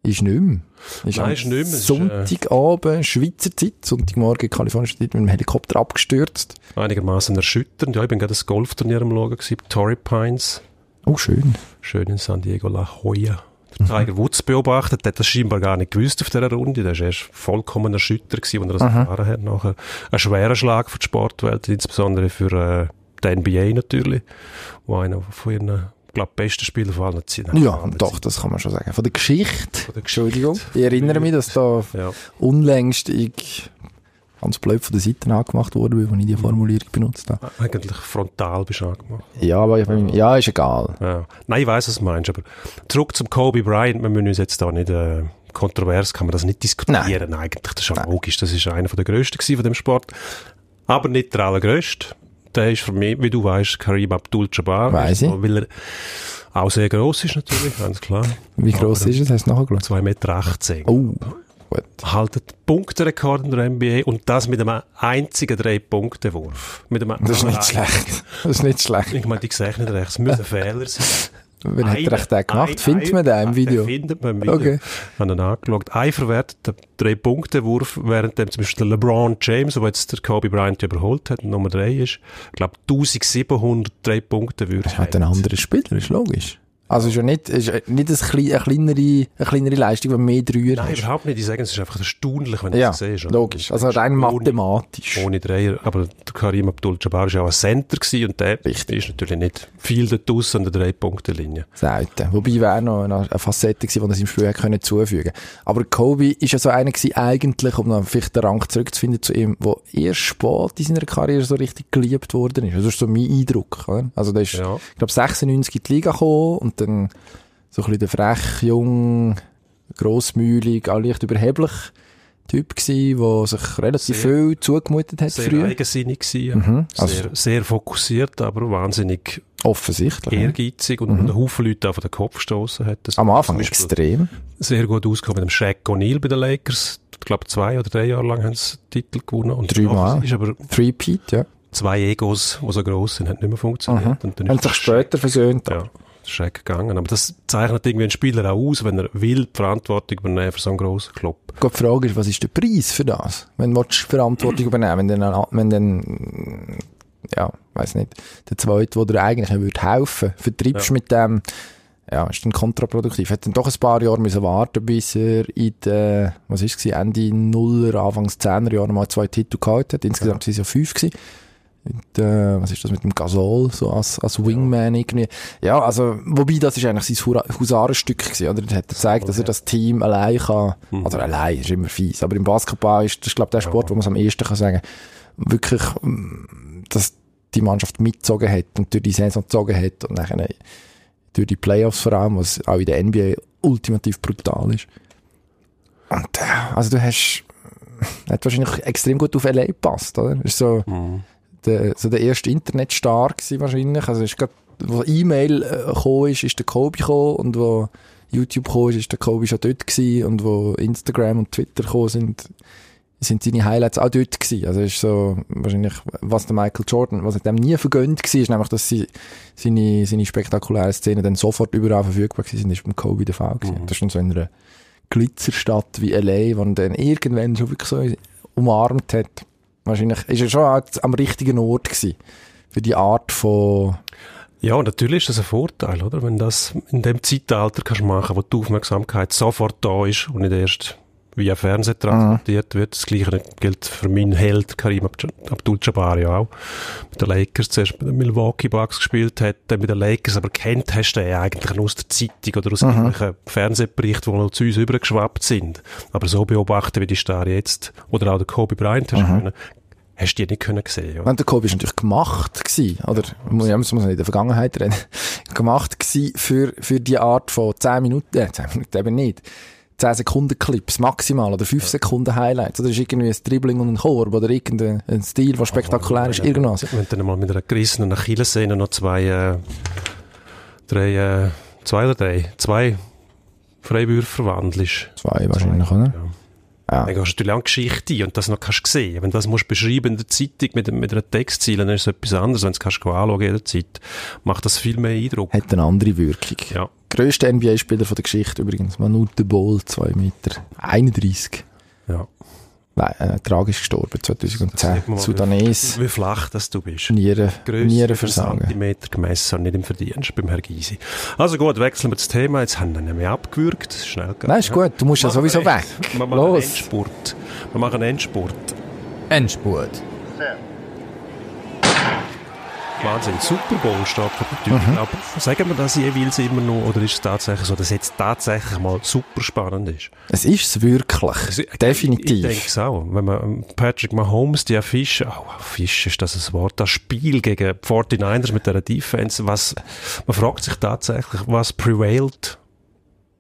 ist nicht mehr. Ist Nein, am ist nicht mehr. Es ist, äh, Sonntagabend, Schweizer Zeit, Sonntagmorgen, kalifornische Zeit, mit dem Helikopter abgestürzt. Einigermaßen erschütternd. Ja, ich bin gerade das Golfturnier am Schauen gewesen, Torrey Pines. Oh, schön. Schön in San Diego La Jolla. Der Tiger Woods beobachtet, der hat das scheinbar gar nicht gewusst auf dieser Runde. Der war erst vollkommen erschüttert, gewesen, als er das erfahren hat. Nachher ein schwerer Schlag für die Sportwelt, insbesondere für äh, die NBA natürlich, wo einer von ihren, glaube besten Spielern vor allem zieht. Ja, doch, das kann man schon sagen. Von der Geschichte. der Geschichte. Entschuldigung. Ich erinnere mich, dass da Ja. unlängst ich ganz blöd von der Seite angemacht wurde, weil ich die Formulierung benutzt habe. Eigentlich frontal bist du angemacht. Ja, aber ich bin, ja, ist egal. Ja. Nein, ich weiß, was du meinst, aber zurück zum Kobe Bryant. Wir müssen uns jetzt da nicht äh, kontrovers, kann man das nicht diskutieren eigentlich. Das ist ja logisch. Das ist einer von der Größten gewesen von dem Sport. Aber nicht der allergrößte. Der ist für mich, wie du weißt, Karim Abdul-Jabbar. Also, Weiss ich. Weil er auch sehr gross ist natürlich, ganz klar. Wie gross ist es? Hast du nachher geschaut? 2,18 Meter. Oh, gut. Haltet Punkterekord in der NBA und das mit einem einzigen Drei-Punkte-Wurf. Mit einem Das ist nicht einzigen- schlecht. Das ist nicht schlecht. Ich meine, die sehe ich nicht recht. Es müssen Fehler sein. Wer hat Einen- recht den einen- gemacht? Findet man den einen- im Video? Den findet man im Video. Okay. Haben ihn angeschaut. Ein verwerteter Drei-Punkte-Wurf, während dem zum Beispiel der LeBron James, der jetzt der Kobe Bryant überholt hat, Nummer drei ist, glaube 1700 Drei-Punkte-Würfe. Hat ein anderer Spieler, ist logisch. Also ist ja nicht, ist äh, nicht ein klein, eine, kleinere, eine kleinere Leistung, wenn mehr Dreier Nein, hast. überhaupt nicht. Ich sage, es ist einfach erstaunlich, wenn du Ja, das siehst. oder? logisch. Also rein mathematisch. Ohne Dreier, aber der Karim Abdul-Jabbar war ja auch ein Center gewesen und der Richtig. ist natürlich nicht viel da draussen an der Drei-Punkte-Linie. Selten. Wobei wäre noch eine, eine Facette gewesen, die er seinem Spiel hätte können zufügen Aber Kobe ist ja so einer gewesen, eigentlich, um dann vielleicht den Rang zurückzufinden zu ihm, der erst spät in seiner Karriere so richtig geliebt worden ist. Das ist so mein Eindruck. Oder? Also der ist, Ja. ich glaube, 96 in die Liga gekommen und dann so ein bisschen der frech, jung, grossmäulig, auch leicht überheblich Typ gewesen, der sich relativ viel zugemutet hat Sehr früher. eigensinnig gewesen, sehr, Also- sehr fokussiert, aber wahnsinnig Offensichtlich. ja. ehrgeizig und einen Haufen Leute auf den Kopf gestoßen hat. Das Mhm. Am Anfang zum Beispiel extrem. Sehr gut ausgekommen mit dem Shaq O'Neal bei den Lakers. Ich glaube, zwei oder drei Jahre lang haben sie den Titel gewonnen. Und Dreimal. danach Ist aber Three-Peat, ja. zwei Egos, die so gross sind, haben nicht mehr funktioniert. Und dann Haben sich später versöhnt. ja, Shaq gegangen. Aber das zeichnet irgendwie einen Spieler auch aus, wenn er will, die Verantwortung übernehmen für so einen grossen Club. Gut, die Frage ist, was ist der Preis für das? Wenn du willst, Verantwortung übernehmen wenn dann, halt, wenn dann mm, ja, weiß nicht, der Zweite, der dir eigentlich würde helfen, vertreibst mit dem, ja, ist dann kontraproduktiv. Hätte dann doch ein paar Jahre müssen warten, bis er in den, was ist es, Ende Nuller, Anfangs Zehner Jahre mal zwei Titel geholt hat. Insgesamt sind es ja fünf gewesen. Und, äh, was ist das mit dem Gasol, so als, als Wingman irgendwie. Ja, also, wobei, das ist eigentlich sein Hura- Husarenstück gewesen, oder? Das hat er gezeigt, dass er das Team allein kann, also allein ist immer fies, aber im Basketball ist das, glaube ich, der Sport, wo man es am ehesten kann sagen, wirklich, mm, dass die Mannschaft mitgezogen hat und durch die Saison gezogen hat und nachher durch die Playoffs vor allem, was auch in der NBA ultimativ brutal ist. Und, äh, also du hast, hat wahrscheinlich extrem gut auf LA gepasst, oder? Ist so, der, so der erste Internetstar gewesen wahrscheinlich. Also ist grad, wo E-Mail äh, gekommen ist, ist der Kobi gekommen und wo YouTube gekommen ist, ist der Kobi schon dort gewesen und wo Instagram und Twitter gekommen sind, sind seine Highlights auch dort gewesen. Also ist so wahrscheinlich, was der Michael Jordan, was er dem nie vergönnt war, ist nämlich, dass sie, seine, seine spektakulären Szenen dann sofort überall verfügbar gewesen sind, ist beim Kobe der Fall gewesen. Das ist dann so in einer Glitzerstadt wie L.A., wo er dann irgendwann schon wirklich so umarmt hat. Wahrscheinlich ist er schon auch am richtigen Ort gewesen. Für die Art von, Ja, und natürlich ist das ein Vorteil, oder? Wenn das in dem Zeitalter kannst machen, wo die Aufmerksamkeit sofort da ist und nicht erst via Fernsehen transportiert wird. Das Gleiche gilt für meinen Held Karim Abd- Abdul-Jabbar ja auch. Mit den Lakers zuerst bei den Milwaukee Bucks gespielt hat, dann mit den Lakers, aber kennt hast du den eigentlich nur aus der Zeitung oder aus irgendwelchen Fernsehberichten, die noch zu uns übergeschwappt sind. Aber so beobachten wie die Star jetzt, oder auch der Kobe Bryant hast können, hast du die nicht können sehen. Oder? Nein, der Kobe ist natürlich gemacht gewesen, oder? Muss- Ja, muss man nicht in der Vergangenheit reden. gemacht gewesen für, für die Art von 10 Minuten, äh, 10 Minuten eben nicht. 10 Sekunden Clips maximal oder 5 Sekunden Highlights. Oder ist irgendwie ein Dribbling und ein Korb oder irgendein ein Stil, der spektakulär ist, irgendwas. Wenn du Also, dann mal mit einer gerissenen Achillessehne noch zwei, äh, drei, äh, zwei oder drei, zwei Freiwürfe verwandelst, Zwei wahrscheinlich, oder? dann gehst du natürlich an die Geschichte ein und das noch kannst du sehen. Wenn du das musst beschreiben in der Zeitung mit, mit einer Textzeile, dann ist es etwas anderes. Wenn du es kannst du anschauen jederzeit, macht das viel mehr Eindruck. Hat eine andere Wirkung. Ja. Größter NBA-Spieler von der Geschichte übrigens. Manute Bol, 2 Meter. 31. Ja. Nein, äh, tragisch gestorben, 2010. Sudanes. Wie, wie flach das du bist. Nieren, im Nierenversagen. Zentimeter gemessen und nicht im Verdienst beim Herr Gysi. Also gut, wechseln wir das Thema. Jetzt haben wir nicht mehr abgewürgt. Das ist Schnell gegangen. Nein, ist gut. Du musst ja Machen wir sowieso weg. jetzt. Wir machen Los. Los. Endspurt. Wir machen Endspurt. Endspurt. Wahnsinn. Super Bowl steht vor der Tür. Mhm. Aber sagen wir das jeweils immer noch oder ist es tatsächlich so, dass jetzt tatsächlich mal super spannend ist? Es ist wirklich. Also, ich- Ich Definitiv. denke es auch. Wenn man ähm, Patrick Mahomes, die Fische, oh, Fisch ist das ein Wort, das Spiel gegen die 49ers mit dieser Defense, was, man fragt sich tatsächlich, was prevailt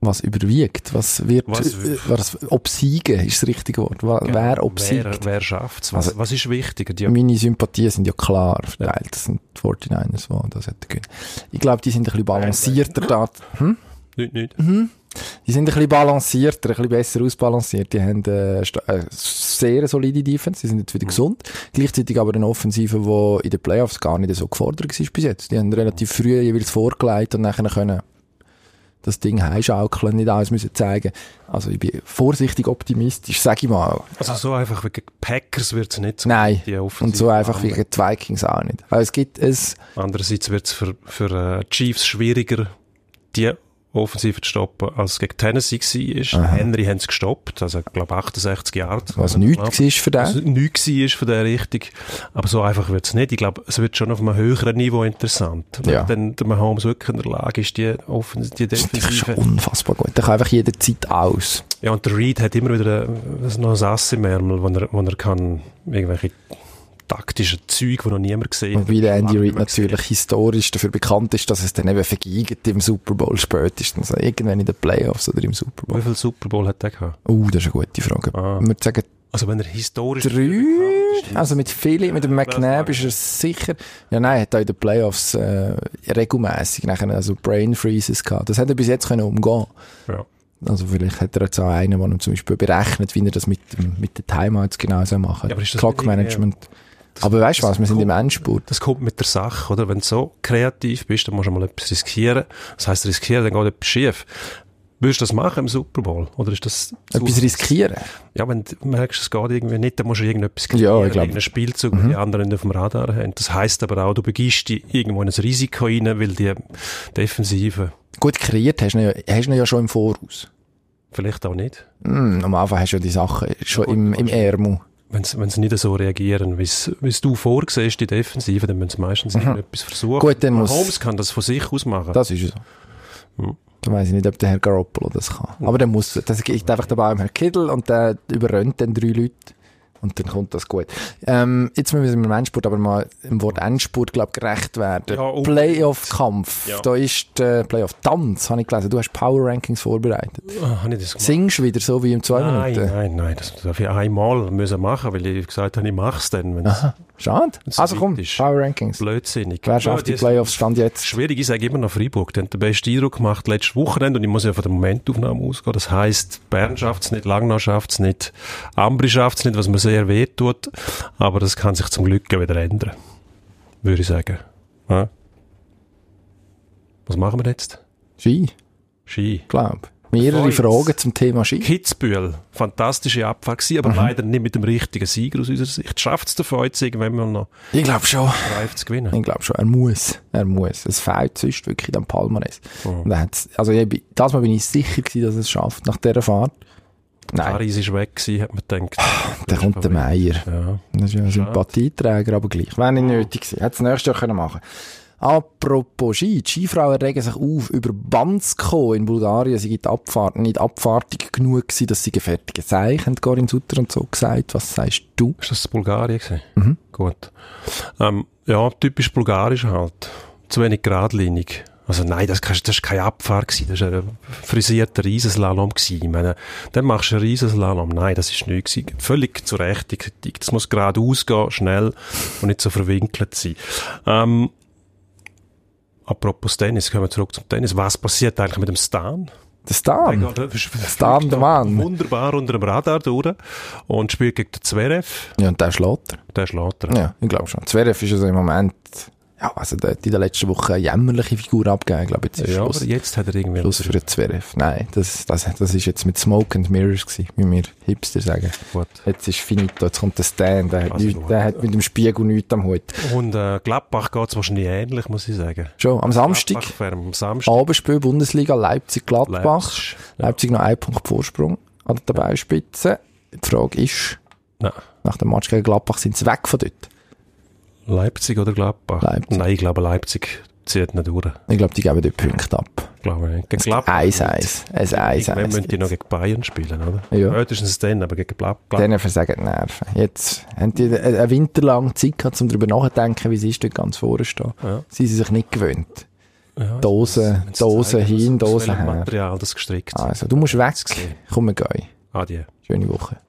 was überwiegt? Was wird, Was was, wü- was, obsiegen ist das richtige Wort. Wa- Wer obsiegt? Wer, wer schafft es? Was, Also- was ist wichtiger? Die, Meine Sympathien sind ja klar verteilt. Das sind die 49ers, die das hätten können. Ich glaube, die sind ein bisschen balancierter da. Hm? nicht, nicht. Die sind ein bisschen balancierter, ein bisschen besser ausbalanciert. Die haben äh, sta- äh, sehr solide Defense. Die sind jetzt Mhm. wieder gesund. Gleichzeitig aber eine Offensive, die in den Playoffs gar nicht so gefordert war bis jetzt. Die haben relativ früh jeweils vorgelegt und nachher können das Ding heimschaukeln, nicht alles müssen zeigen. Also ich bin vorsichtig optimistisch, sag ich mal. Also so einfach wie gegen die Packers wird es nicht so. Nein. Die Offensive Und so einfach wie Arme. gegen die Vikings auch nicht. Weil es gibt es, Andererseits wird es für, für äh, Chiefs schwieriger, die Offensive zu stoppen, als es gegen Tennessee war. Henry haben es gestoppt, also ich glaube 68 Yards. was nicht nichts war für Was den. nichts war von der Richtung. Aber so einfach wird es nicht. Ich glaube, es wird schon auf einem höheren Niveau interessant. Wenn Ja. dann der Mahomes wirklich in der Lage ist, die, Offens die Das ist natürlich schon Defensive unfassbar gut. Der kann einfach jederzeit aus. Ja, und der Reed hat immer wieder äh, noch ein Ass im Ärmel, wo er, wo er kann irgendwelche taktischen Züge, die noch niemand gesehen hat. Wobei der Andy Lange Reid nicht mehr gesehen. natürlich historisch dafür bekannt ist, dass es dann eben vergeigt im Super Bowl spätestens. Also irgendwann in den Playoffs oder im Super Wie Bowl. viel Super Bowl hat der gehabt? Uh, das ist eine gute Frage. Ah. Ich würde sagen Also wenn er historisch... drei. Also mit Philly, mit dem Weltmarkt. McNabb ist er sicher. Ja, nein, hat auch in den Playoffs äh, regelmäßig nachher also Brain Freezes gehabt. Das hätte er bis jetzt können umgehen. Ja. Also vielleicht hat er jetzt auch einen, der ihm zum Beispiel berechnet, wie er das mit, dem- mit den Timeouts genau so machen. Ja, aber ist das Clock nicht irgendwie- Management. Aber weißt du was, wir sind im Endspurt. Das kommt mit der Sache, oder? Wenn du so kreativ bist, dann musst du mal etwas riskieren. Das heisst, riskieren, dann geht etwas schief. Würdest du das machen im Super Bowl? Oder ist das... zu- Etwas riskieren. Ja, wenn du merkst, es geht irgendwie nicht, dann musst du irgendetwas ich kreieren, glaub. Mhm. irgendeinen Spielzug, den die anderen nicht auf dem Radar haben. Das heisst aber auch, du begibst dich irgendwo in ein Risiko rein, weil die Defensive Gut, kreiert hast du ihn ja, hast du ihn ja schon im Voraus. vielleicht auch nicht, Hm, am Anfang hast du ja die Sachen schon im, im Ärmel. wenn sie nicht so reagieren, wie es du vorgesehst, die Defensive, dann müssen sie meistens irgendetwas versuchen. Mhm. Gut, dann muss- Holmes kann das von sich aus machen. Das ist es so. Da weiss ich nicht, ob der Herr Garoppolo das kann. Aber der muss, das geht einfach dabei im Herr Kittel und der überrennt dann drei Leute. Und dann kommt das gut. Ähm, jetzt müssen wir im Endspurt aber mal im Wort Endspurt, glaube ich, gerecht werden. Ja, unbedingt. Playoff-Kampf. Ja. Da ist der Playoff-Tanz, habe ich gelesen. Du hast Power-Rankings vorbereitet. Ah, habe ich das gemacht? Singst du wieder so wie im zwei Nein, Minuten? nein, nein, das darf ich einmal müssen machen, weil ich gesagt habe, ich mache es dann, wenn es Schade. Wenn's so Also komm, weit ist. Power Rankings. Blödsinnig. Wer Ja, schafft die die- Playoffs? Stand jetzt. Schwierig, ich sage immer noch Freiburg. Die haben den besten Eindruck gemacht letztes Wochenende und ich muss ja von der Momentaufnahme ausgehen. Das heisst, Bern schafft es nicht, Langnau schafft es nicht, Ambri schafft es nicht, was mir sehr weh tut. Aber das kann sich zum Glück ja wieder ändern. Würde ich sagen. Ja. Was machen wir jetzt? Ski, Ski. glaube Mehrere Kreuz. Fragen zum Thema Ski. Kitzbühel, fantastische Abfahrt gewesen, Mhm. aber leider nicht mit dem richtigen Sieger aus unserer Sicht. Schafft es der Feuz irgendwann mal noch Ich glaube schon. reif zu gewinnen? Ich glaube schon, er muss. Er muss. Es fehlt sonst wirklich dem Palmares. Oh. Und er hat's- also ich, bin- das Mal bin ich sicher gewesen, dass er es schafft nach dieser Fahrt. Nein, Paris ist weg gewesen, hat man gedacht. dann kommt der Meier. Ja. Das ist ja ein Sympathieträger, aber gleich. Wäre nicht nötig gewesen. Hätte es nächstes Jahr können machen Apropos Ski, die Skifrauen regen sich auf, über Bansko in Bulgarien sei die Abfahrt nicht abfahrtig genug gewesen, dass sie gefertigte Zeichen, Gorin Sutter und so gesagt. Was sagst du? Ist das Bulgarien gewesen? Mhm. Gut. Ähm, ja, typisch bulgarisch halt. Zu wenig geradlinig. Also nein, das, kannst- das ist keine Abfahrt gewesen, das war ein frisierter Riesenslalom gewesen. Ich meine, dann machst du einen Riesenslalom. Nein, das ist nichts gewesen. Völlig zu Recht die Kritik. Das muss geradeaus gehen, schnell und nicht so verwinkelt sein. Ähm, apropos Tennis, kommen wir zurück zum Tennis. Was passiert eigentlich mit dem Stan? Das da? Egal, das ist- das Stan, fliegt der da Mann. Wunderbar unter dem Radar durch und spielt gegen den Zverev. Ja, und der schlägt er. Der schlägt er. Ja, ich glaube schon. Zverev ist also im Moment, ja, also der hat in der letzten Woche eine jämmerliche Figur abgegeben. Ich glaube, jetzt ist Ja, aber Schluss, jetzt hat er irgendwie... Schluss für den Zverev. Nein, das, das, das ist jetzt mit Smoke and Mirrors gewesen, wie wir Hipster sagen. Gut. Jetzt ist finito, jetzt kommt der Stan, der hat, Also nichts, gut. der hat mit dem Spiegel nichts am Hut. Und äh, Gladbach geht es wahrscheinlich ähnlich, muss ich sagen. Schon am Samstag, Oh. Gladbach fährt am Samstag. Abendspiel Bundesliga Leipzig-Gladbach. Leipzig, Leipzig, noch ein Punkt Vorsprung an der Tabellenspitze. Die Frage ist, Nein. nach dem Match gegen Gladbach sind sie weg von dort. Leipzig oder Gladbach? Leipzig. Nein, ich glaube Leipzig zieht nicht durch. Ich glaube, die geben dort Punkte ab. Glaube ich nicht. Gegen Gladbach. 1-1. Ein 1-1. Irgendwann müssen die noch gegen Bayern spielen, oder? Ja. Spätestens dann, aber gegen Gladbach. Denen versagen die Nerven. Jetzt haben die eine eine winterlange Zeit gehabt, um darüber nachzudenken, wie sie ist dort ganz vorne stehen. Sie sind sich nicht gewöhnt. Ja, Dosen, wenn's Dosen zeigt, hin, aus- aus Dosen welchem her. Ah. Material das gestrickt ist. Also, du musst weg. gesehen. Komm, wir gehen. Adieu. Schöne Woche.